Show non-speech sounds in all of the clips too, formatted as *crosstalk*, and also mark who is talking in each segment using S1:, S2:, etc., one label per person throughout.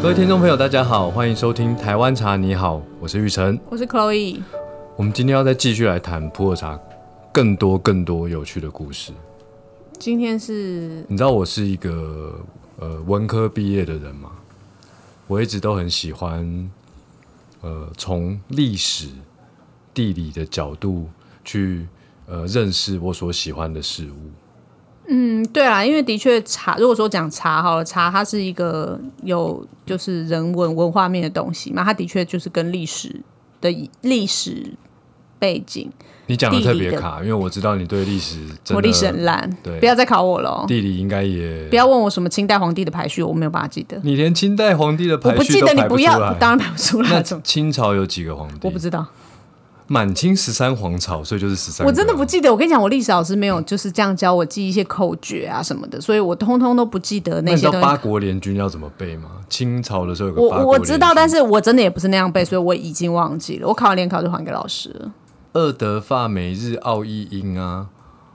S1: 各位听众朋友，大家好，欢迎收听《台湾茶你好》，我是玉成。
S2: 我是 Chloe，
S1: 我们今天要再继续来谈普洱茶更多更多有趣的故事。
S2: 今天是
S1: 你知道我是一个呃文科毕业的人吗？我一直都很喜欢呃从历史、地理的角度去呃认识我所喜欢的事物。
S2: 嗯，对啦，因为的确茶，如果说讲茶好了，茶它是一个有就是人文文化面的东西嘛，它的确就是跟历史的历史背景，
S1: 你讲的
S2: 地
S1: 特
S2: 理
S1: 别
S2: 的
S1: 卡，因为我知道你对历史真的
S2: 我历史很烂
S1: 对，
S2: 不要再考我了哦，
S1: 地理应该也
S2: 不要问我什么清代皇帝的排序，我没有办法记得，
S1: 你连清代皇帝的
S2: 我
S1: 排
S2: 不
S1: 序
S2: 记
S1: 都
S2: 得你
S1: 排
S2: 不
S1: 出
S2: 要，
S1: 来。
S2: 当然排不出来，
S1: 那
S2: 怎么
S1: 清朝有几个皇帝？
S2: 我不知道，
S1: 满清十三皇朝，所以就是十三。
S2: 我真的不。记得。我跟你讲，我历史老师没有就是这样教我记一些口诀啊什么的，所以我通通都不记得
S1: 那你
S2: 那
S1: 知
S2: 些
S1: 道
S2: 东西。
S1: 八国联军要怎么背吗？清朝的时候有个
S2: 我
S1: 八国
S2: 我知道，但
S1: 是
S2: 是我真的也不是那样背，所以我已经忘记了。我考完联考就还给老师了。
S1: 二德法美日奥一英啊，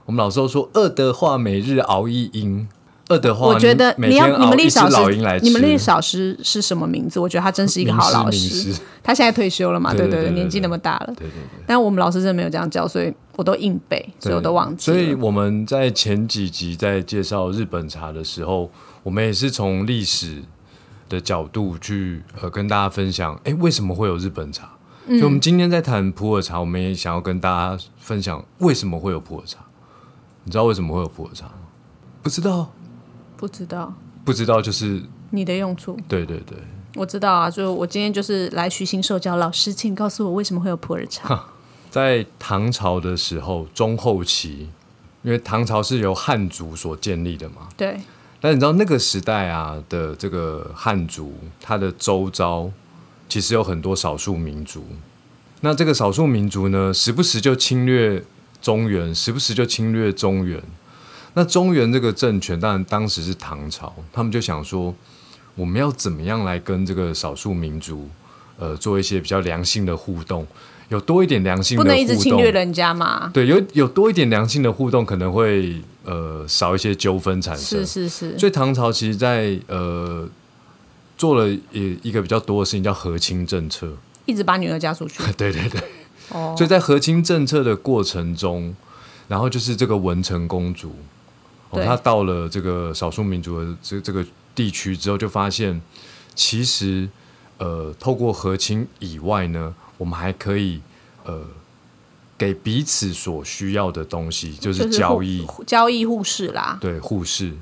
S1: 我们老师都说二德化美日熬一英，二德化
S2: 我觉得
S1: 每
S2: 你要
S1: 天
S2: 你
S1: 熬
S2: 们
S1: 一
S2: 历
S1: 只
S2: 史老
S1: 老鹰来吃。
S2: 师，你们历史老师是什么名字？我觉得他真是一个
S1: 名
S2: 好
S1: 师
S2: 老
S1: 名
S2: 师
S1: 师。
S2: 他现在退休了嘛？
S1: 对
S2: 对
S1: 对对
S2: 对，
S1: 对
S2: 年纪
S1: 对
S2: 那么大了。
S1: 对对对。
S2: 但我们老师真的没有这样教，所以我都硬背，所以我都忘记
S1: 所以
S2: 了。
S1: 我们在前几集在介绍日本茶的时候，我们也是从历史的角度去呃跟大家分享，哎，为什么会有日本茶？
S2: 嗯
S1: 所以我们今天在谈普洱茶，我们也想要跟大家分享为什么会有普洱茶。你知道为什么会有普洱茶吗？不知道，
S2: 不知道
S1: 不知道就是
S2: 你的用处，
S1: 对对对，
S2: 我知道啊。就我今天就是来虚心受教，老师，请告诉我为什么会有普洱茶？
S1: 在唐朝的时候中后期，因为唐朝是由汉族所建立的嘛，
S2: 对，
S1: 但你知道那个时代啊的这个汉族，它的周遭其实有很多少数民族。那这个少数民族呢，时不时就侵略中原，时不时就侵略中原。那中原这个政权，当然当时是唐朝，他们就想说，我们要怎么样来跟这个少数民族，呃，做一些比较良性的互动，有多一点良性的互
S2: 不
S1: 动，
S2: 能一直侵略人家嘛。
S1: 对，有有多一点良性的互动，可能会呃少一些纠纷产生。
S2: 是是是，
S1: 所以唐朝其实在呃做了一一个比较多的事情，叫和亲政策。 *laughs*
S2: 一直把女儿嫁出去。
S1: 对对对，
S2: 哦，
S1: 所以在和亲政策的过程中，然后就是这个文成公主，哦，
S2: 对
S1: 她到了这个少数民族的这这个地区之后，就发现其实呃，透过和亲以外呢，我们还可以呃。给彼此所需要的东西，就是
S2: 就是
S1: 交
S2: 互
S1: 易，
S2: 交易互市啦。
S1: 对护士，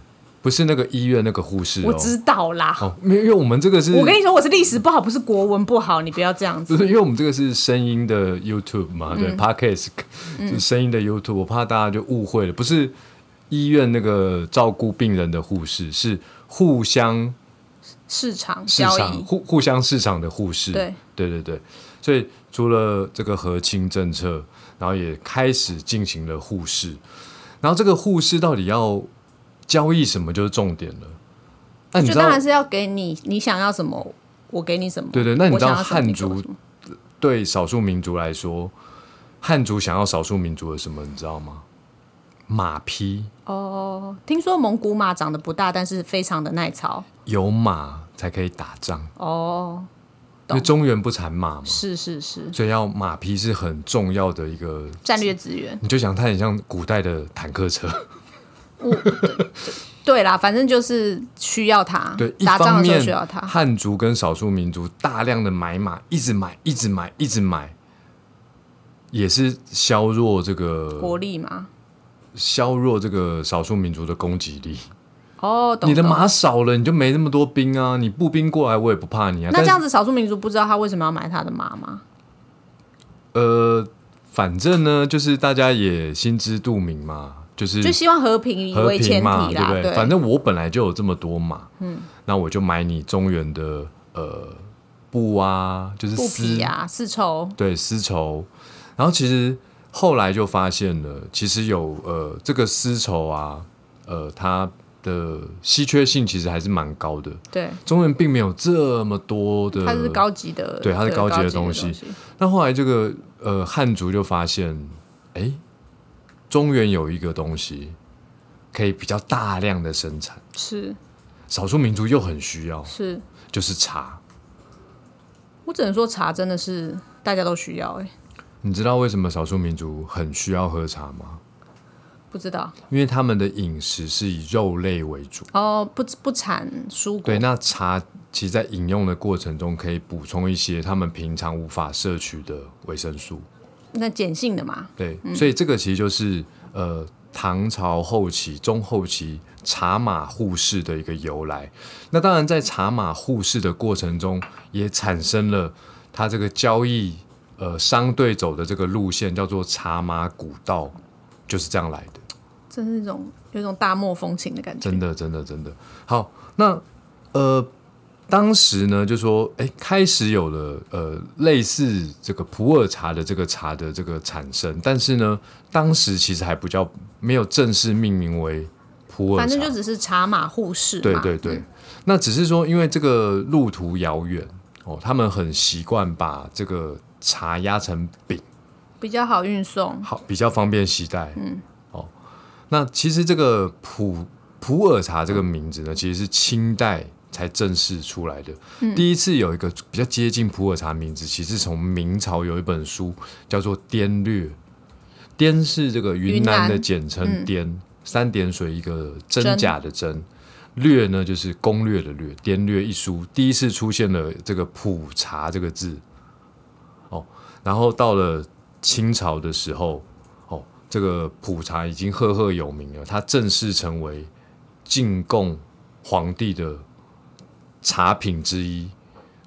S1: 不是那个医院那个护士、哦，
S2: 我知道啦。
S1: 哦，没有，因为我们这个是，
S2: 我跟你说，我是历史不好，不是国文不好，你不要这样
S1: *laughs* 不
S2: 子。
S1: 是因为我们这个是声音的 YouTube 嘛，
S2: 嗯
S1: 对、p o d c a s t 是声音的 YouTube，我怕大家就误会了，不是医院那个照顾病人的护士，是互相
S2: 市场
S1: 市
S2: 交
S1: 场
S2: 易，
S1: 互互相市场的护士，
S2: 对
S1: 对对对，所以除了这个和亲政策，然后也开始进行了护士，然后这个护士到底要交易什么，就是重点了。那、你
S2: 就
S1: 知道
S2: 当然是要给你你想要什么，我给你什么。
S1: 对对那你
S2: 我
S1: 知道
S2: 想要什么
S1: 汉
S2: 你给我
S1: 族
S2: 什么
S1: 对少数民族来说，汉族想要少数民族的什么，你知道吗？马匹
S2: 哦，听说蒙古马长得不大，但是非常的耐操。
S1: 有马才可以打仗，
S2: 哦，
S1: 因为中原不产马嘛，
S2: 是是是，
S1: 所以要马匹是很重要的一个。
S2: 战略资源。
S1: 你就想它很像古代的坦克车，
S2: 对啦，反正就是需要它。
S1: 对，一
S2: 打仗
S1: 方
S2: 的时候
S1: 面
S2: 需要它。
S1: 汉族跟少数民族大量的买马，一直买，一直买，一直买，也是削弱这个
S2: 国力嘛。
S1: 削弱这个少数民族的攻击力。
S2: 哦，懂。
S1: 你的
S2: 懂
S1: 马少了，你就没那么多兵啊！你步兵过来，我也不怕你啊。
S2: 那这样
S1: 子，
S2: 子，少数民族不知道他为什么要买他的马吗？
S1: 呃，反正呢，就是大家也心知肚明嘛，就是
S2: 就希望和平
S1: 和
S2: 为前
S1: 平嘛，
S2: 提
S1: 不
S2: 啦，
S1: 对？反正我本来就有这么多马，嗯，那我就买你中原的呃布啊，就是
S2: 布
S1: 丝
S2: 匹啊、丝绸，
S1: 对丝绸，然后其实后来就发现了，其实有呃这个丝绸啊，呃它的稀缺性其实还是蛮高的。
S2: 对，
S1: 中原并没有这么多的，
S2: 它是高级的，
S1: 对它是高级的东西那后来这个呃汉族就发现，哎，中原有一个东西可以比较大量的生产，
S2: 是
S1: 少数民族又很需要，
S2: 是，
S1: 就是茶。
S2: 我只能说茶真的是大家都需要、欸，哎，
S1: 你知道为什么少数民族很需要喝茶吗？
S2: 不知道
S1: 因为他们的饮食是以肉类为主。
S2: 哦，不不产蔬果
S1: 对，那茶其实在饮用的过程中可以补充一些他们平常无法摄取的维生素。
S2: 那碱性的嘛，
S1: 对，所以这个其实就是呃唐朝后期、中后期茶马互市的一个由来。那当然，在茶马互市的过程中，也产生了它这个交易呃商队走的这个路线，叫做茶马古道，就是这样来的。
S2: 真是一种有一种大漠风情的感觉
S1: 真。的，真的，真的。好，那呃，当时呢，就说，哎，开始有了呃类似这个普洱茶的这个茶的这个产生，但是呢，当时其实还不叫没有正式命名为普洱茶，
S2: 反正就只是茶马互市嘛。嗯
S1: 对对对，那只是说，因为这个路途遥远哦，他们很习惯把这个茶压成饼。
S2: 比较好运送。
S1: 好，比较方便携带。嗯，哦，那其实这个普普洱茶这个名字呢，其实是清代才正式出来的。第一次有一个比较接近普洱茶名字，其实从明朝有一本书叫做《滇略》，滇是这个云
S2: 云
S1: 南
S2: 南
S1: 的简称滇，三点水一个真假的真。略呢，就是攻略的略，《滇略》一书第一次出现了这个“普茶”这个字，哦，然后到了清朝的时候，哦，这个普茶已经赫赫有名了，它正式成为进贡皇帝的茶品之一，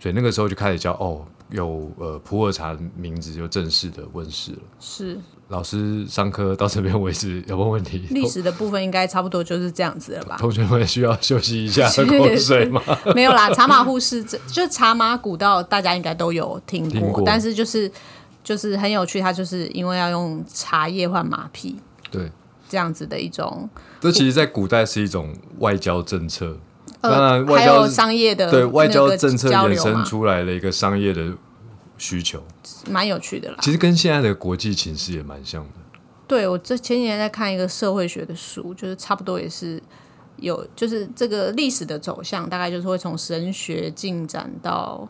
S1: 所以那个时候就开始叫哦，有呃普洱茶名字就正式的问世了。
S2: 是
S1: 老师上课到这边为止， *laughs* 有没有问题？
S2: 历史的部分应该差不多就是这样子了吧？
S1: 同学们需要休息一
S2: *laughs*
S1: 下，喝口水吗？ *laughs*
S2: 没有啦，茶马互市这就是茶马古道，大家应该都有听过，
S1: 听过
S2: 但是就是就是很有趣，它就是因为要用茶叶换马匹
S1: *laughs* 对，
S2: 这样子的一种，
S1: 这其实，在古代是一种外交政策。当
S2: 呃
S1: 然，，外
S2: 还
S1: 交
S2: 有商业的
S1: 对外
S2: 那
S1: 交
S2: 个
S1: 政策
S2: 交
S1: 衍
S2: 流
S1: 生
S2: 嘛，
S1: 出来的一个商业的需求，
S2: 蛮有趣的啦。
S1: 其实跟现在的国际情势也蛮像的。
S2: 对我这前几年在看一个社会学的书，就是差不多也是有，就是这个历史的走向，大概就是会从神学进展到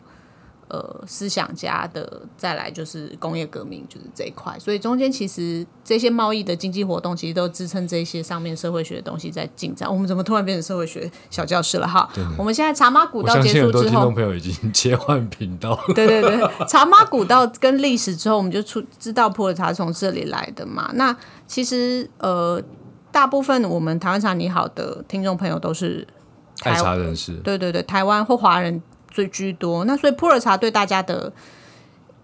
S2: 呃思想家的，再来就是工业革命，就是这一块。所以中间其实这些贸易的经济活动，其实都支撑这些上面社会学的东西在进展。我们怎么突然变成社会学小教室了哈？我们现在茶马古
S1: 我
S2: 道
S1: 相
S2: 结
S1: 信
S2: 束
S1: 很多
S2: 之
S1: 听
S2: 后
S1: 众，朋友已经切换频
S2: *laughs*
S1: 道了。
S2: 对对对，茶马古道跟历史之后，我们就出知道普洱茶从这里来的嘛。那其实呃，大部分我们台湾茶你好的听众朋友都是
S1: 爱
S2: 台
S1: 茶人士，
S2: 对对对，台湾或华人最居多。那所以普洱茶对大家的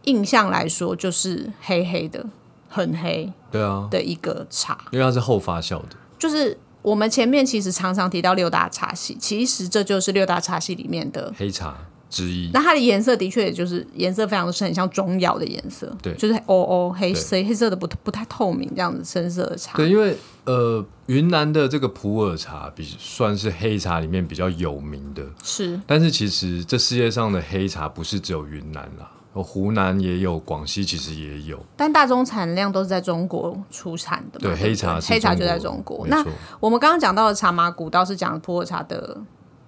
S2: 印象来说，就是黑黑的、很黑
S1: 对啊，
S2: 的一个茶。
S1: 因为它是后发酵的，
S2: 就是我们前面其实常常提到六大茶系，其实这就是六大茶系里面的
S1: 黑茶之一。
S2: 那它的颜色的确也就是颜色非常深，很像中药的颜色，
S1: 对
S2: 就是哦哦黑
S1: 对
S2: 色黑色的不不太透明这样子深色的茶，
S1: 对，因为呃，云南的这个普洱茶比算是黑茶里面比较有名的，
S2: 是
S1: 但是其实这世界上的黑茶不是只有云南啦，哦湖南也有，广西其实也有。
S2: 但大宗产量都是在中国出产的嘛，
S1: 对，黑茶
S2: 不
S1: 是
S2: 黑茶就
S1: 国
S2: 在中国。
S1: 没
S2: 那
S1: 错
S2: 我们刚刚讲到的茶马古道是讲普洱茶的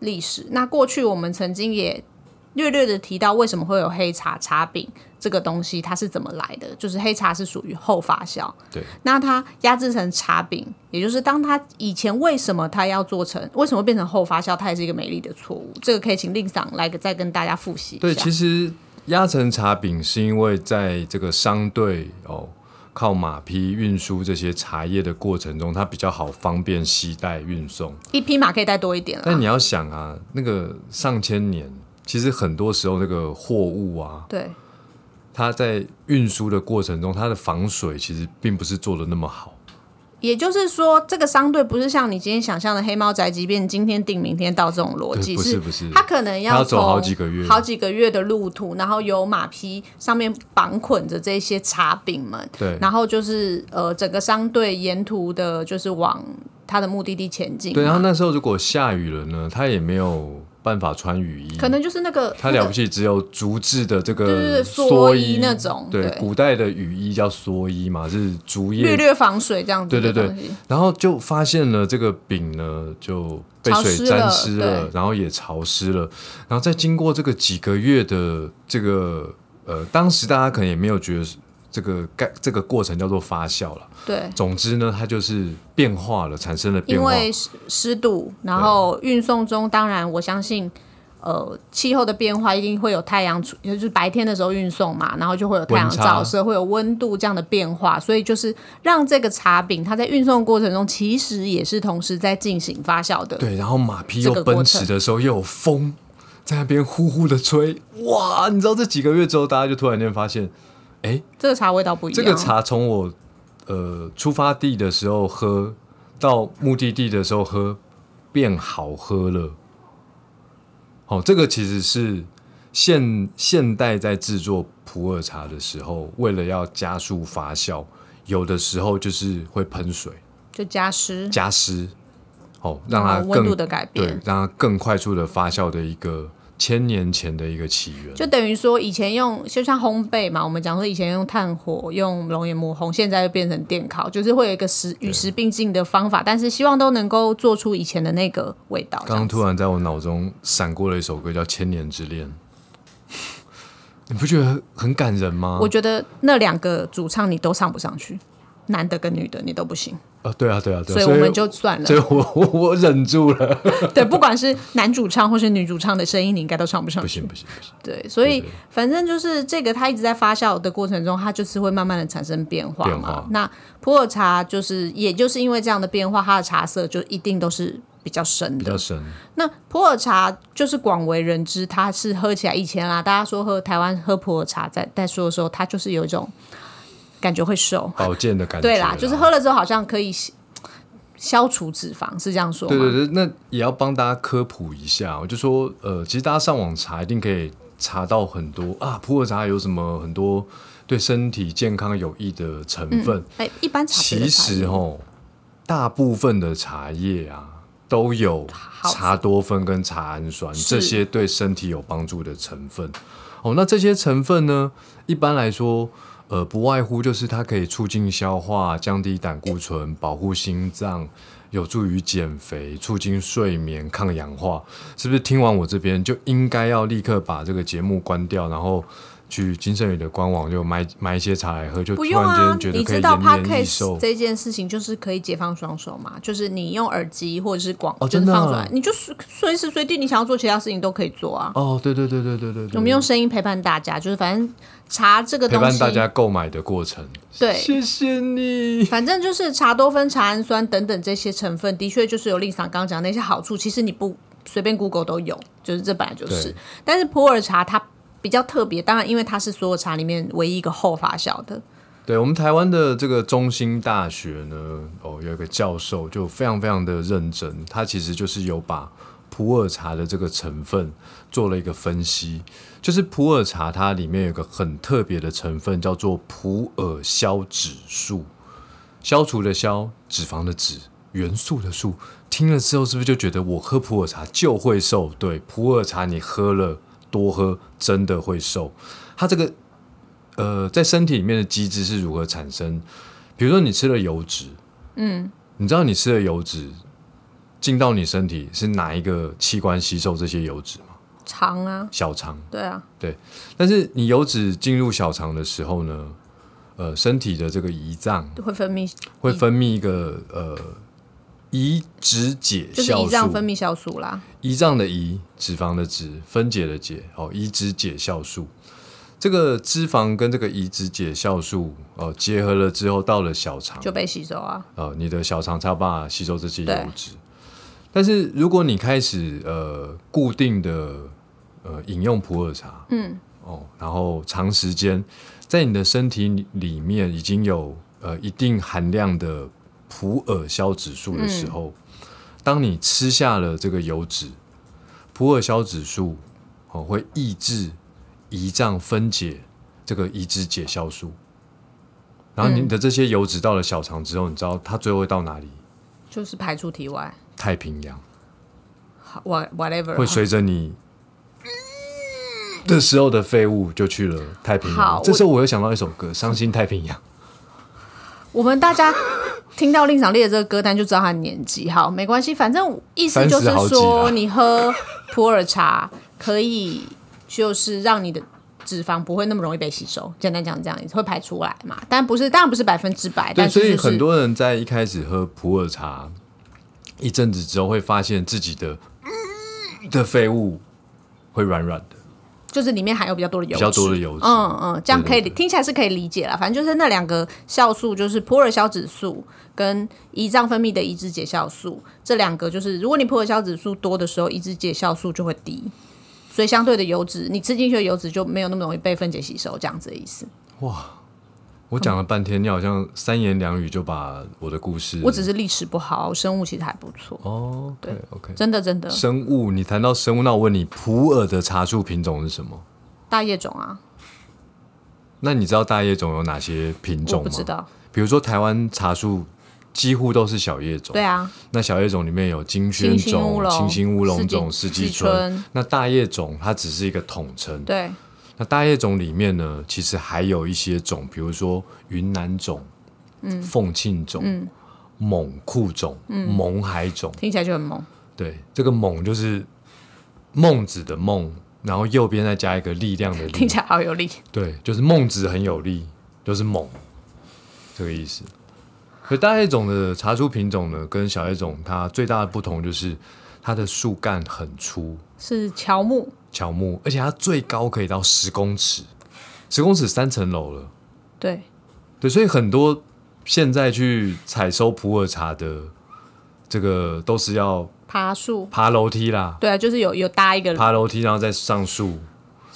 S2: 历史，那过去我们曾经也略略的提到为什么会有黑茶茶饼这个东西，它是怎么来的？就是黑茶是属于后发酵，
S1: 对，
S2: 那它压制成茶饼，也就是当它以前为什么它要做成，为什么变成后发酵，它也是一个美丽的错误。这个可以请令赏来个再跟大家复习一下。
S1: 对，其实压成茶饼是因为在这个商队哦，靠马匹运输这些茶叶的过程中，它比较好方便携带运送。
S2: 一匹马可以带多一点啦。
S1: 但你要想啊，那个上千年，其实很多时候那个货物啊，
S2: 对，
S1: 它在运输的过程中，它的防水其实并不是做的那么好。
S2: 也就是说，这个商队不是像你今天想象的黑猫宅急便，今天订明天到这种逻
S1: 呃对
S2: 辑，
S1: 不是不是
S2: 它可能
S1: 它要
S2: 从
S1: 走好几个月
S2: 好几个月的路途，然后有马匹上面绑捆着这些茶饼们，
S1: 对
S2: 然后就是呃，整个商队沿途的就是往它的目的地前进
S1: 啊
S2: 嘛，
S1: 对，然后那时候如果下雨了呢，它也没有办法穿雨衣，
S2: 可能就是那个
S1: 它了不起只有竹制的这
S2: 对对
S1: 个
S2: 对
S1: 蓑
S2: 蓑衣那种
S1: 对，
S2: 对
S1: 古代的雨衣叫蓑衣嘛，是竹
S2: 那个
S1: 叶
S2: 略略防水这样子
S1: 对
S2: 的
S1: 对
S2: 东
S1: 对
S2: 西。
S1: 然后就发现了这个饼呢就被
S2: 潮
S1: 水
S2: 湿
S1: 沾
S2: 了
S1: 湿
S2: 对
S1: 然后也潮湿了，然后再经过这个几个月的这个呃，当时大家可能也没有觉得这个概这个过程叫做发酵了。
S2: 对
S1: 总之呢，它就是变化了，产生了变
S2: 因
S1: 化。
S2: 为湿湿度，然后运送中，当然我相信，呃，气候的变化一定会有太阳出，就是白天的时候运送嘛，然后就会有太阳
S1: 温差
S2: 照射，会有温度这样的变化，所以就是让这个茶饼它在运送过程中，其实也是同时在进行发酵的。
S1: 对，然后马匹
S2: 这
S1: 又
S2: 个过
S1: 奔驰
S2: 程
S1: 的时候又有风在那边呼呼的吹，哇！你知道这几个月之后，大家就突然间发现，
S2: 这个茶味道不一样。
S1: 这个茶从我呃出发地的时候喝到目的地的时候喝，变好喝了。好、这个其实是现现代在制作普洱茶的时候，为了要加速发酵，有的时候就是会喷水
S2: 就加湿，
S1: 加湿，哦，让
S2: 然
S1: 它
S2: 后温
S1: 更
S2: 度的改
S1: 对
S2: 变，，
S1: 让它更快速的发酵的一个千年前的一个起源。
S2: 就等于说以前用就像烘焙嘛，我们讲说以前用炭火、用熔岩磨烘，现在又变成电烤，就是会有一个时与时并进的方法，但是希望都能够做出以前的那个味道。这
S1: 刚
S2: 样
S1: 刚
S2: 子
S1: 突然在我脑中闪过了一首歌，叫《千年之恋》， *laughs* 你不觉得很感人吗？
S2: 我觉得那两个主唱你都唱不上去，男的跟女的你都不行，
S1: 啊，对啊，对啊，对啊，
S2: 所以我们就算了
S1: 所。以我我 *laughs* 我忍住了，
S2: 对，不管是男主唱或是女主唱的声音，你应该都唱不上
S1: 不
S2: 去
S1: 行。不行不行，
S2: 对，所以反正就是这个，它一直在发酵的过程中，它就是会慢慢的产生变化嘛。
S1: 变化
S2: 那普洱茶就是，也就是因为这样的变化，它的茶色就一定都是比较深
S1: 比较
S2: 的。
S1: 深，
S2: 那普洱茶就是广为人知，它是喝起来以前啦，大家说喝台湾喝普洱茶，在在说的时候，它就是有一种感觉会瘦，
S1: 保健的感觉。
S2: 对啦，就是。喝了之后好像可以消消除脂肪，是这样说吗？
S1: 对对对，那也要帮大家科普一下。我就说，呃，其实大家上网查一定可以查到很多啊，普洱茶有什么很多对身体健康有益的成分。
S2: 哎，一般茶别的
S1: 其
S2: 茶
S1: 实
S2: 叶
S1: 哦，大部分的茶叶啊都有
S2: 好
S1: 茶多酚跟茶氨酸
S2: 是
S1: 这些对身体有帮助的成分。哦，那这些成分呢，一般来说，呃，不外乎就是它可以促进消化、降低胆固醇、保护心脏。有助于减肥、促进睡眠、抗氧化，是不是？听完我这边就应该要立刻把这个节目关掉，然后去金盛宇的官网就买买一些茶来喝，就突
S2: 不用啊
S1: 然，间觉
S2: 你
S1: 得可
S2: 知
S1: 以
S2: 道
S1: 延年益
S2: podcast
S1: 寿。
S2: 这件事情就是可以解放双手嘛，就是你用耳机或者是广，
S1: 哦
S2: 就
S1: 真
S2: 是
S1: 的啊
S2: 放出来，你就随随时随地你想要做其他事情都可以做啊。
S1: 哦，对对对对对对对，
S2: 我们用声音陪伴大家，就是反正茶这个
S1: 陪
S2: 东
S1: 伴
S2: 西，
S1: 大家购买的过程。
S2: 对，
S1: 谢谢你。
S2: 反正就是茶多酚、茶氨酸等等这些成分，的确就是有丽桑刚刚讲的那些好处，其实你不随便 Google 都有，就是这本来就是
S1: 对。
S2: 但是普洱茶它比较特别，当然因为它是所有茶里面唯一一个后发酵的，
S1: 对我们台湾的这个中兴大学呢，哦，有一个教授就非常非常的认真，他其实就是有把普洱茶的这个成分做了一个分析，就是普洱茶它里面有一个很特别的成分叫做普洱消脂素，消除的消，脂肪的脂，元素的素。听了之后是不是就觉得我喝普洱茶就会瘦？对，普洱茶你喝了多喝真的会瘦，它这个呃，在身体里面的机制是如何产生？比如说你吃了油脂，嗯，你知道你吃了油脂进到你身体是哪一个器官吸收这些油脂吗？
S2: 长啊，
S1: 小肠。
S2: 对啊，
S1: 对，但是你油脂进入小肠的时候呢，呃，身体的这个胰脏
S2: 会分泌
S1: 会分泌一个呃胰脂解
S2: 就是
S1: 酵
S2: 胰
S1: 素，
S2: 脏分泌酵素啦，
S1: 胰脏的胰，脂肪的脂，分解的解，哦，胰脂解酵素。这个脂肪跟这个胰脂解酵素哦结合了之后，到了小肠，
S2: 就被吸收啊。
S1: 呃，你的小肠才有办法吸收这些
S2: 对
S1: 油脂。但是如果你开始呃固定的呃饮用普洱茶，嗯，哦，然后长时间在你的身体里里面已经有呃一定含量的普洱消脂素的时候，当你吃下了这个油脂，普洱消脂素哦会抑制胰脏分解这个胰脂解酵素。然后
S2: 嗯
S1: 你的这些油脂到了小肠之后，你知道它最后会到哪里？
S2: 就是排出体外，
S1: 太平洋。
S2: what whatever
S1: 会随着你的时候的废物就去了太平洋
S2: 好。
S1: 这时候我又想到一首歌《伤心太平洋》，
S2: 我们大家听到令赏列的这个歌单就知道他的年纪，好，没关系，反正意思就是
S1: 30好几啊
S2: 说，
S1: 啦
S2: 你喝普洱茶可以就是让你的脂肪不会那么容易被吸收，简单讲这样子会排出来嘛，但不是，当然不是百分之百，
S1: 对，
S2: 但是、
S1: 所
S2: 就是、
S1: 以很多人在一开始喝普洱茶一阵子之后，会发现自己的嗯的废物会软软的，
S2: 就是里面含有比较多的油脂，
S1: 比较多的油脂
S2: 嗯嗯，这样可以
S1: 对对对
S2: 听起来是可以理解啦。反正就是那两个酵素，就是普洱消脂素跟胰脏分泌的胰脂解酵素，这两个就是如果你普洱消脂素多的时候，胰脂解酵素就会低，所以相对的油脂，你吃进去的油脂就没有那么容易被分解吸收，这样子的意思。
S1: 嗯我讲了半天，你好像三言两语就把我的故事。
S2: 我只是历史不好，生物其实还不错，
S1: 哦，对，OK。
S2: 真的真的。
S1: 生物，你谈到生物，那我问你，普洱的茶树品种是什么？
S2: 大叶种啊，
S1: 那你知道大叶种有哪些品
S2: 我
S1: 种啊
S2: 不
S1: 吗？
S2: 知道。
S1: 比如说台湾茶树几乎都是小叶种，
S2: 对啊，
S1: 那小叶种里面有金萱
S2: 清新乌
S1: 种、
S2: 龙
S1: 清新乌龙种、
S2: 四
S1: 四
S2: 季
S1: 季春。
S2: 四季春
S1: 那大叶种它只是一个统称。
S2: 对，
S1: 那大叶种里面呢，其实还有一些种，比如说云南种、嗯、凤庆种、嗯、蒙库种、嗯、蒙海种。
S2: 听起来就很猛。
S1: 对，这个蒙就是孟子的孟，然后右边再加一个力量的
S2: 听
S1: 力
S2: 起。来好有力。
S1: 对，就是孟子很有力，就是猛，这个意思。可大叶种的茶树品种呢，跟小叶种它最大的不同就是它的树干很粗，
S2: 是乔木，
S1: 乔木，而且它最高可以到十公尺，十公尺三层楼了。
S2: 对，
S1: 对，所以很多现在去采收普洱茶的，这个都是要
S2: 爬树，
S1: 爬楼梯啦，
S2: 对啊，就是有有搭一个
S1: 爬楼梯然后再上树，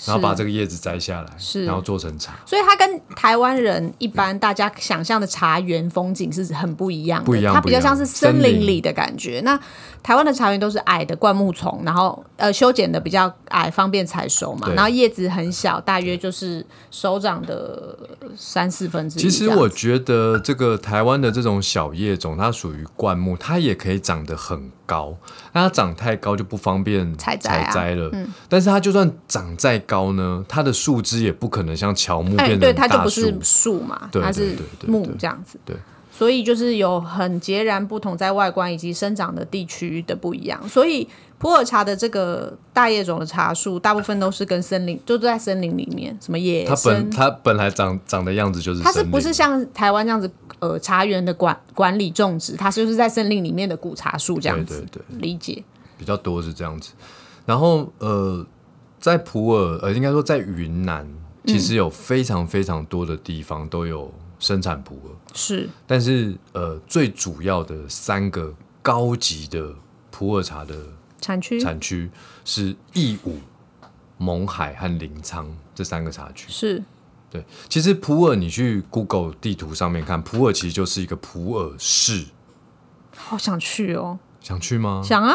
S1: 然后把
S2: 是
S1: 这个叶子摘下来，
S2: 是
S1: 然后做成茶。
S2: 所以它跟台湾人一般大家想象的茶园风景是很不一样的，
S1: 不一样
S2: 它比较
S1: 不一样
S2: 像是森
S1: 森
S2: 林
S1: 林
S2: 里的感觉。那台湾的茶园都是矮的灌木丛，然后呃修剪的比较矮，方便采收嘛，
S1: 对
S2: 然后叶子很小，大约就是手掌的三四分之一这
S1: 其
S2: 样。
S1: 实我觉得这个台湾的这种小叶种，它属于灌木，它也可以长得很高。那它长太高就不方便
S2: 采摘啊
S1: 了。但是它就算长再高呢，它的树枝也不可能像乔木
S2: 哎，
S1: 变
S2: 对，
S1: 成
S2: 它就
S1: 大
S2: 不
S1: 树。
S2: 是树嘛，
S1: 对
S2: 它
S1: 对
S2: 是
S1: 对对
S2: 木
S1: 对
S2: 这样子。
S1: 对
S2: 所以就是有很截然不同，在外观以及生长的地区的不一样。所以普洱茶的这个大叶种的茶树，大部分都是跟森林，就都在森林里面，什么野
S1: 它本
S2: 生。
S1: 它本来长长的样子就是
S2: 它是
S1: 森林
S2: 不是像台湾这样子，呃，茶园的管管理种植，它就是在森林里面的古茶树这样子
S1: 对对
S2: 理解。
S1: 比较多是这样子。然后呃，在普洱呃，应该说在云南，其实有非常非常多的地方都有生产普洱。
S2: 是
S1: 但是呃，最主要的三个高级的普洱茶的
S2: 产区
S1: 产区是义乌、勐海和临沧这三个茶区。
S2: 是
S1: 对，其实普洱你去 Google 地图上面看，普洱其实就是一个普洱市。
S2: 好想去哦，
S1: 想去吗？
S2: 想啊！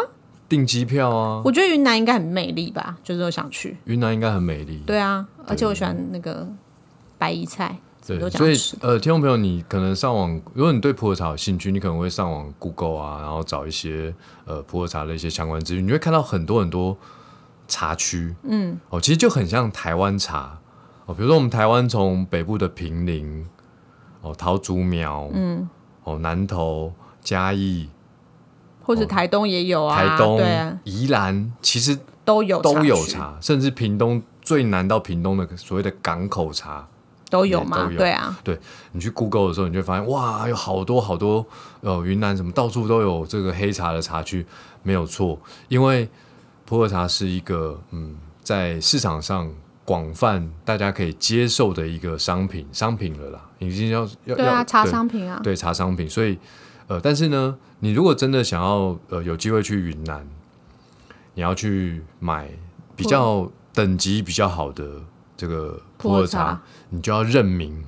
S1: 订机票啊！
S2: 我觉得云南应该很美丽吧，就是我想去。
S1: 云南应该很美丽。
S2: 对啊，而且我喜欢那个白荠菜，什么
S1: 对，
S2: 都这
S1: 所
S2: 样
S1: 以
S2: 吃。
S1: 呃，听众朋友，你可能上网，如果你对普洱茶有兴趣，你可能会上网 Google 啊，然后找一些呃普洱茶的一些相关资讯，你会看到很多很多茶区，嗯，哦，其实就很像台湾茶哦，比如说我们台湾从北部的平陵，哦，桃竹苗，嗯，哦，南投、嘉义、
S2: 或者台东也有
S1: 哦
S2: 啊，
S1: 台东、
S2: 对啊，
S1: 宜兰，其实
S2: 都有
S1: 都有
S2: 区，
S1: 茶，甚至屏东最南到屏东的所谓的港口茶，
S2: 都有嘛，
S1: 也都有
S2: 对啊，
S1: 对你去 Google 的时候，你就会发现哇，有好多好多呃，云南什么到处都有这个黑茶的茶区，没有错，因为普洱茶是一个嗯，在市场上广泛大家可以接受的一个商品，商品了啦，已经要要
S2: 对啊，
S1: 要
S2: 茶
S1: 对
S2: 商品啊，
S1: 对茶商品，所以呃，但是呢，你如果真的想要呃有机会去云南，你要去买比较等级比较好的这个
S2: 普
S1: 普
S2: 洱
S1: 洱茶
S2: 茶，
S1: 你就要认明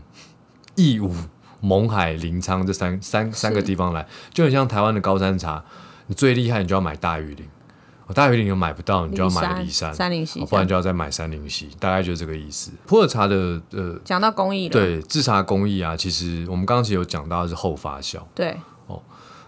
S1: 义乌、勐海、临沧这三三三个
S2: 是
S1: 地方来，就很像台湾的高山茶，你最厉害，你就要买大玉林。哦大玉林又买不到，你就要买
S2: 梨
S1: 梨
S2: 山
S1: 山，
S2: 三零七
S1: 哦不然就要再买三零七，大概就是这个意思。普洱茶的呃
S2: 讲到工艺了，
S1: 啊对制茶工艺啊，其实我们刚刚其实有讲到的是后发酵
S2: 对，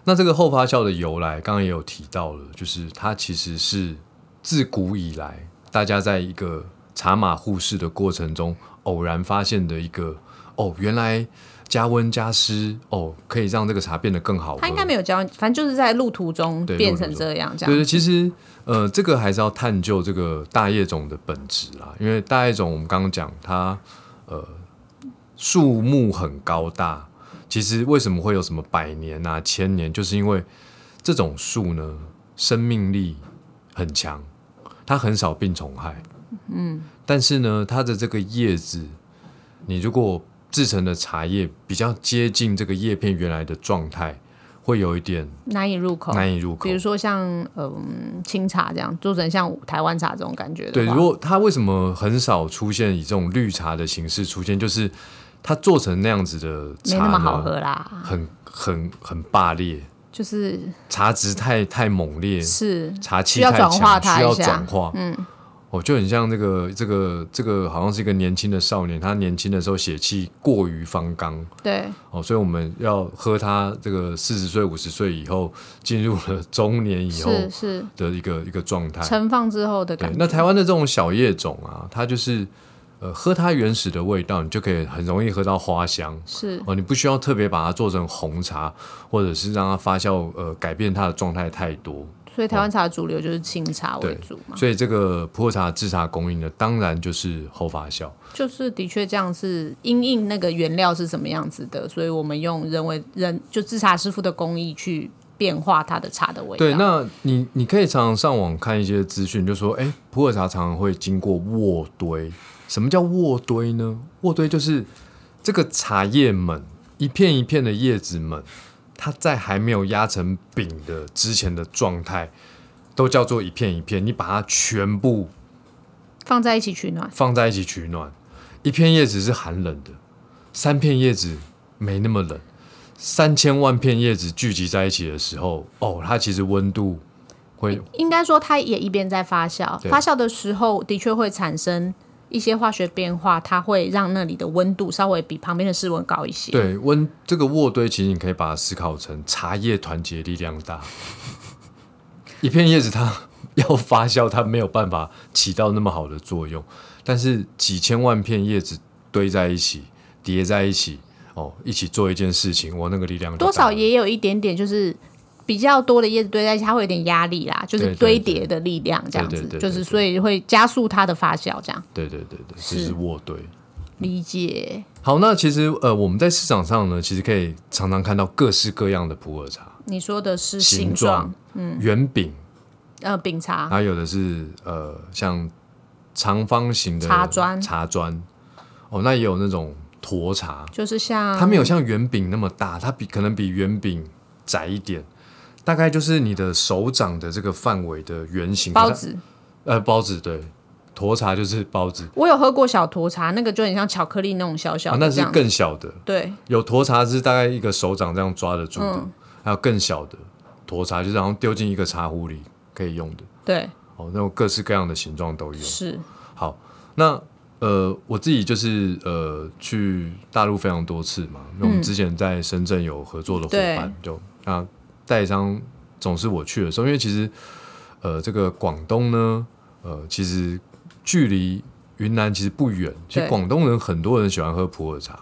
S1: 那这个后发酵的由来，刚刚也有提到了，就是它其实是自古以来大家在一个茶马互市的过程中偶然发现的一个哦，原来加温加湿哦，可以让这个茶变得更好喝。
S2: 它应该没有教，反正就是在路途中
S1: 对
S2: 变
S1: 路途
S2: 成
S1: 中
S2: 这样，这
S1: 对对，
S2: 样
S1: 其实呃，这个还是要探究这个大叶种的本质啦，因为大叶种我们刚刚讲它呃树木很高大，其实为什么会有什么百年啊、千年，就是因为这种树呢生命力很强，它很少病虫害，嗯，但是呢，它的这个叶子，你如果制成的茶叶比较接近这个叶片原来的状态，会有一点
S2: 难以入口。
S1: 难以入口。
S2: 比如说像嗯清茶这样，做成像台湾茶这种感觉的
S1: 对，
S2: 话
S1: 如果它为什么很少出现以这种绿茶的形式出现，就是它做成那样子的茶
S2: 没那么
S1: 呢，
S2: 好喝啊啦，
S1: 很很很霸烈，
S2: 就是
S1: 茶质太太猛烈，
S2: 是
S1: 茶气
S2: 需要
S1: 太
S2: 转
S1: 强
S2: 化它
S1: 需
S2: 一
S1: 要
S2: 下
S1: 转化。嗯，哦，就很像这个这个这个，好像是一个年轻的少年，他年轻的时候血气过于方刚，
S2: 对
S1: 哦，所以我们要喝他这个四十岁五十岁以后进入了中年以后
S2: 是是
S1: 的一个一个状态。
S2: 盛放之后的
S1: 对
S2: 感，觉。
S1: 那台湾的这种小叶种啊，它就是呃喝它原始的味道，你就可以很容易喝到花香
S2: 是
S1: 哦。你不需要特别把它做成红茶，或者是让它发酵呃改变它的状态太多。
S2: 所以台
S1: 哦
S2: 湾茶的主流就是清茶为主嘛，
S1: 所以这个普洱茶制茶供应呢，当然就是后发酵。
S2: 就是的确这样是因应那个原料是什么样子的，所以我们用人为人就制茶师傅的工艺去变化它的茶的味道。
S1: 对，那你你可以常常上网看一些资讯，就说，哎，普洱茶常常会经过渥堆。什么叫渥堆呢？渥堆就是这个茶叶们一片一片的叶子们，它在还没有压成饼的之前的状态，都叫做一片一片。你把它全部
S2: 放在一起取暖，
S1: 放在一起取暖，一片叶子是寒冷的，三片叶子没那么冷。三千万片叶子聚集在一起的时候，哦，它其实温度会
S2: 应该说它也一边在发酵，
S1: 对
S2: 发酵的时候的确会产生一些化学变化，它会让那里的温度稍微比旁边的室温高一些。
S1: 对温这个渥堆，其实你可以把它思考成茶叶团结力量大。一片叶子它 *laughs* 要发酵，它没有办法起到那么好的作用，但是几千万片叶子堆在一起，叠在一起，哦，一起做一件事情，我那个力量就
S2: 多
S1: 大
S2: 少
S1: 了
S2: 也有一点点，就是比较多的叶子堆在一起，它会有点压力啦，就是
S1: 对
S2: 堆
S1: 对
S2: 叠的力量这样
S1: 对
S2: 子，
S1: 对对
S2: 就是
S1: 对对
S2: 所以会加速它的发酵，这样
S1: 对对对对，这是
S2: 是
S1: 渥堆。
S2: 理解
S1: 好，那其实呃，我们在市场上呢，其实可以常常看到各式各样的普洱茶
S2: 你说的是
S1: 形
S2: 形
S1: 状，、嗯啊圆饼，
S2: 呃，饼茶、
S1: 还有的是呃，像长方形的
S2: 茶砖
S1: 茶砖哦，那也有那种沱茶，
S2: 就是像
S1: 它没有像圆饼那么大，它比可能比圆饼窄一点，大概就是你的手掌的这个范围的圆形。
S2: 包
S1: 可是
S2: 子，
S1: 它，呃，包子对，沱茶就是包子，
S2: 我有喝过小沱茶，那个就很像巧克力那种小小
S1: 啊，那
S2: 的这
S1: 是
S2: 样子，
S1: 更小的，
S2: 对，
S1: 有沱茶是大概一个手掌这样抓得住的，
S2: 嗯
S1: 还有更小的沱茶，就是好像丢进一个茶壶里可以用的，
S2: 对，
S1: 哦，那种各式各样的形状都有。
S2: 是
S1: 好，那呃，我自己就是呃去大陆非常多次嘛，那
S2: 嗯
S1: 我们之前在深圳有合作的伙伴，就那代理商总是我去的时候，因为其实呃这个广东呢，呃其实距离云南其实不远，其实
S2: 对
S1: 广东人很多人喜欢喝普洱茶，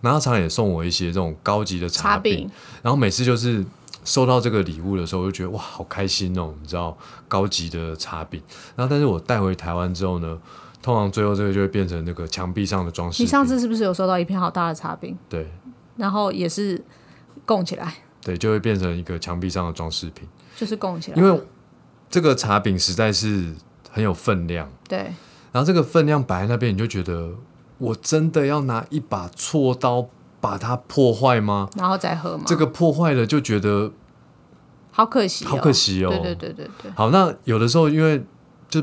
S1: 然后他常常也送我一些这种高级的
S2: 茶
S1: 茶饼
S2: 饼，，
S1: 然后每次就是收到这个礼物的时候，我就觉得哇，好开心哦！你知道，高级的茶饼。然后，但是我带回台湾之后呢，通常最后这个就会变成那个墙壁上的装饰
S2: 你
S1: 品。
S2: 上次是不是有收到一片好大的茶饼，
S1: 对
S2: 然后也是供起来，
S1: 对，就会变成一个墙壁上的装饰品，
S2: 就是供起来，
S1: 因为这个茶饼实在是很有分量。
S2: 对，
S1: 然后这个分量摆在那边，你就觉得我真的要拿一把锉刀把它破坏吗？
S2: 然后再喝嘛，
S1: 这个破坏了就觉得
S2: 好可惜、哦，
S1: 好可惜哦
S2: 对对对对对，
S1: 好，那有的时候因为就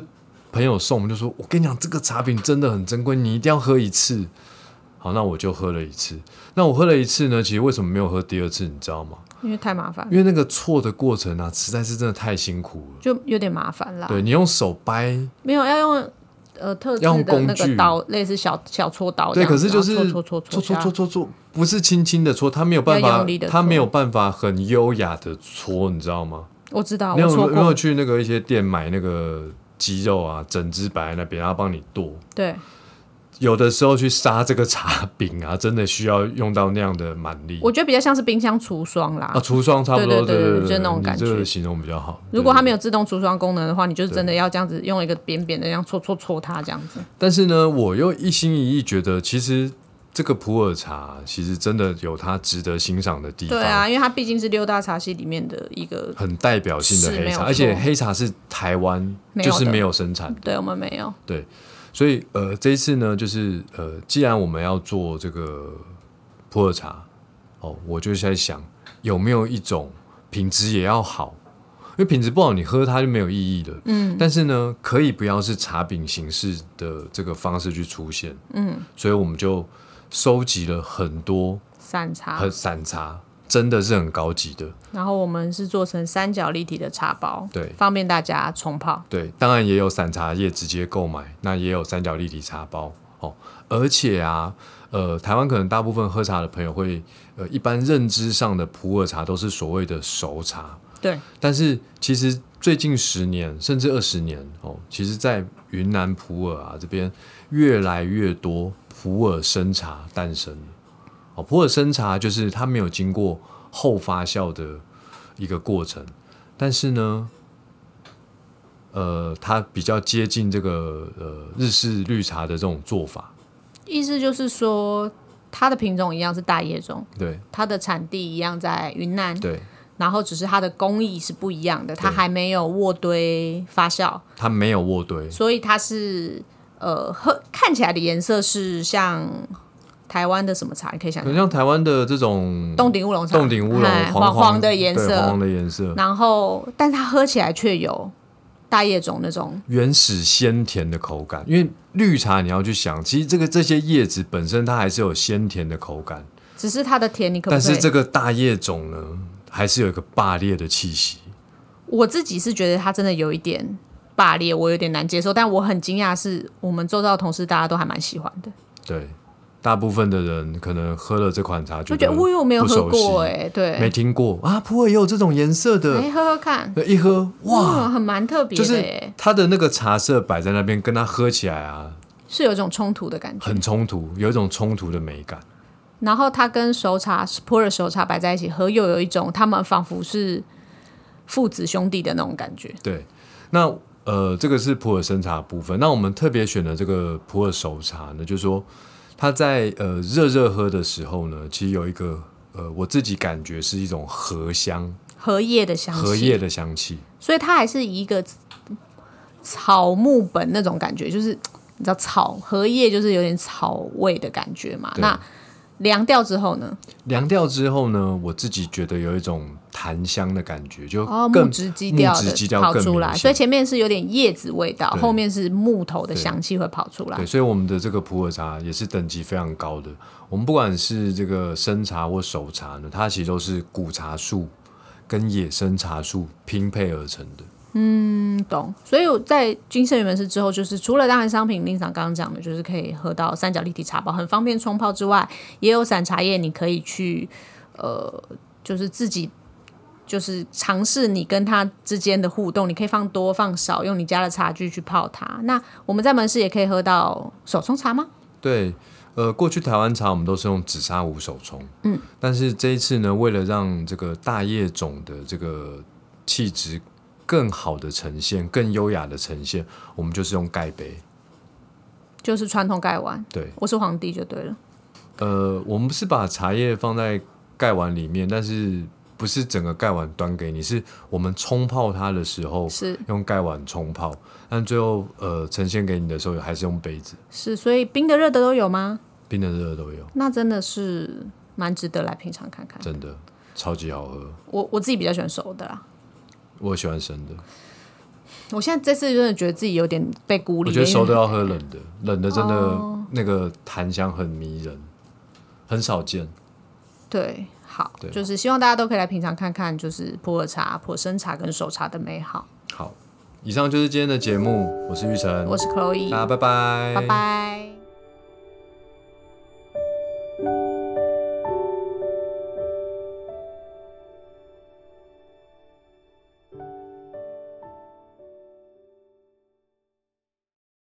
S1: 朋友送，我们就说我跟你讲，这个茶饼真的很珍贵，你一定要喝一次。好，那我就喝了一次。那我喝了一次呢，其实为什么没有喝第二次，你知道吗？
S2: 因为太麻烦，
S1: 因为那个错的过程啊，实在是真的太辛苦了。
S2: 就有点麻烦啦。
S1: 对你用手掰，
S2: 没有要用呃特
S1: 要
S2: 制
S1: 用
S2: 的那
S1: 工具
S2: 个刀，类似小小锉刀哦
S1: 对，
S2: 这样
S1: 可
S2: 子，
S1: 是就是
S2: 然后
S1: 搓
S2: 搓搓搓搓
S1: 搓
S2: 下
S1: 搓搓，不是轻轻的搓，他没有办
S2: 要
S1: 法
S2: 用力地，搓
S1: 他没有办法很优雅的搓，你知道吗？
S2: 我知道，
S1: 你
S2: 啊我
S1: 有
S2: 搓
S1: 有没有
S2: 过，
S1: 去那个一些店买那个鸡肉啊，整只摆在那边，然后帮你剁？
S2: 对
S1: 有的时候去杀这个茶饼啊，真的需要用到那样的蛮力。
S2: 我觉得比较像是冰箱除霜啦
S1: 啊，。除霜差不多，
S2: 对对对
S1: 对
S2: 对就是那种感觉
S1: 你这个形容比较好。
S2: 如果
S1: 对
S2: 它没有自动除霜功能的话，你就是真的要这样子用一个扁扁的这样搓搓搓它这样子。
S1: 但是呢，我又一心一意觉得，其实这个普洱茶其实真的有它值得欣赏的地方，
S2: 对啊，因为它毕竟是六大茶系里面的一个，
S1: 很代表性的
S2: 是
S1: 黑
S2: 没有
S1: 茶，
S2: 错
S1: 而且黑茶是台湾
S2: 没有
S1: 就
S2: 的
S1: 是没有生产的，
S2: 对我们没有，
S1: 对，所以呃，这一次呢，就是呃，既然我们要做这个普洱茶，哦，我就在想有没有一种品质也要好，因为品质不好你喝它就没有意义了。嗯，但是呢，可以不要是茶饼形式的这个方式去出现。嗯，所以我们就收集了很多
S2: 散茶
S1: 很，散茶，真的是很高级的。
S2: 然后我们是做成三角立体的茶包，
S1: 对
S2: 方便大家冲泡。
S1: 对，当然也有散茶叶直接购买，那也有三角立体茶包哦。而且啊，呃，台湾可能大部分喝茶的朋友会，呃，一般认知上的普洱茶都是所谓的熟茶，
S2: 对，
S1: 但是其实最近十年甚至二十年哦，其实在云南普洱啊这边越来越多普洱生茶诞生了。哦，普洱生茶就是它没有经过后发酵的一个过程，但是呢，呃，它比较接近这个呃日式绿茶的这种做法，
S2: 意思就是说，它的品种一样是大叶种，
S1: 对
S2: 它的产地一样在云南，
S1: 对，
S2: 然后只是它的工艺是不一样的，它
S1: 对
S2: 还没有渥堆发酵，
S1: 它没有渥堆，
S2: 所以它是呃喝看起来的颜色是像台湾的什么茶？你可以想
S1: 很
S2: 想，
S1: 像台湾的这种
S2: 洞顶乌龙茶，
S1: 嗯洞顶乌龙
S2: 哎，
S1: 黄
S2: 黄的颜
S1: 对黄黄
S2: 色，
S1: 的颜色，
S2: 然后但它喝起来却有大叶种那种
S1: 原始鲜甜的口感，因为绿茶你要去想，其实这个这些叶子本身它还是有鲜甜的口感，
S2: 只是它的甜，你可不
S1: 但
S2: 可以？
S1: 是这个大叶种呢，还是有一个霸裂的气息。
S2: 我自己是觉得它真的有一点霸裂，我有点难接受。但我很惊讶，是我们周遭的同事大家都还蛮喜欢的，
S1: 对，大部分的人可能喝了这款茶
S2: 就
S1: 觉
S2: 觉
S1: 得
S2: 得我又没有喝过哎、
S1: 哎、没
S2: 对，
S1: 听过啊，普洱也有这种颜色
S2: 哎、
S1: 的，
S2: 喝喝看，
S1: 那一喝哇，
S2: 嗯，很蛮特别
S1: 就
S2: 的、
S1: 是
S2: 欸，
S1: 它的那个茶色摆在那边，跟它喝起来啊
S2: 是有一种冲突的感觉。
S1: 很冲突，有一种冲突的美感。
S2: 然后它跟熟茶普洱熟茶摆在一起喝，又有一种他们仿佛是父子兄弟的那种感觉。
S1: 对，那呃，这个是普洱生茶的部分。那我们特别选的这个普洱熟茶呢，就是说它在呃热热喝的时候呢，其实有一个呃我自己感觉是一种荷香、
S2: 荷叶的香气，
S1: 荷叶的香气。
S2: 所以它还是以一个草木本那种感觉，就是你知道草荷叶就是有点草味的感觉嘛。
S1: 对
S2: 那凉掉之后呢？
S1: 凉掉之后呢，我自己觉得有一种檀香的感觉，就
S2: 哦，
S1: 更
S2: 木质基调
S1: 木质
S2: 的
S1: 基调
S2: 跑
S1: 更
S2: 出
S1: 明
S2: 来，
S1: 显
S2: 所以前面是有点叶子味道，
S1: 对
S2: 后面是木头
S1: 对
S2: 的香气会跑出来
S1: 对，。所以我们的这个普洱茶也是等级非常高的。我们不管是这个生茶或熟茶呢，它其实都是古茶树跟野生茶树拼配而成的。
S2: 嗯，懂。所以我在金盛门市之后，就是除了当然商品令赏刚刚讲的，就是可以喝到三角立体茶包，很方便冲泡之外，也有散茶叶，你可以去呃，就是自己就是尝试你跟它之间的互动，你可以放多放少，用你家的茶具去泡它。那我们在门市也可以喝到手冲茶吗？
S1: 对，呃，过去台湾茶我们都是用紫砂壶手冲，嗯，但是这一次呢，为了让这个大叶种的这个气质更好的呈现，更优雅的呈现，我们就是用盖杯。
S2: 就是传统盖碗，
S1: 对，
S2: 我是皇帝就对了。
S1: 呃，我们是把茶叶放在盖碗里面，但是不是整个盖碗端给你，是我们冲泡它的时候
S2: 是
S1: 用盖碗冲泡，但最后呃呈现给你的时候还是用杯子，
S2: 是，所以冰的热的都有吗？
S1: 冰的热的都有，
S2: 那真的是蛮值得来品尝看看。
S1: 真的超级好喝，
S2: 我我自己比较喜欢熟的啦。
S1: 我喜欢生的。
S2: 我现在这次真的觉得自己有点被孤立
S1: 我
S2: 了，
S1: 觉得
S2: 因为
S1: 熟的要喝冷的，冷的真的那个檀香很迷人，很少见。
S2: 对，好
S1: 对，
S2: 就是希望大家都可以来品尝看看，就是普洱茶、普生茶跟熟茶的美好。
S1: 好，
S2: 以上就是今天的节目，我是玉成，
S1: 我是 Chloe，
S2: 大家拜拜，
S1: 拜拜。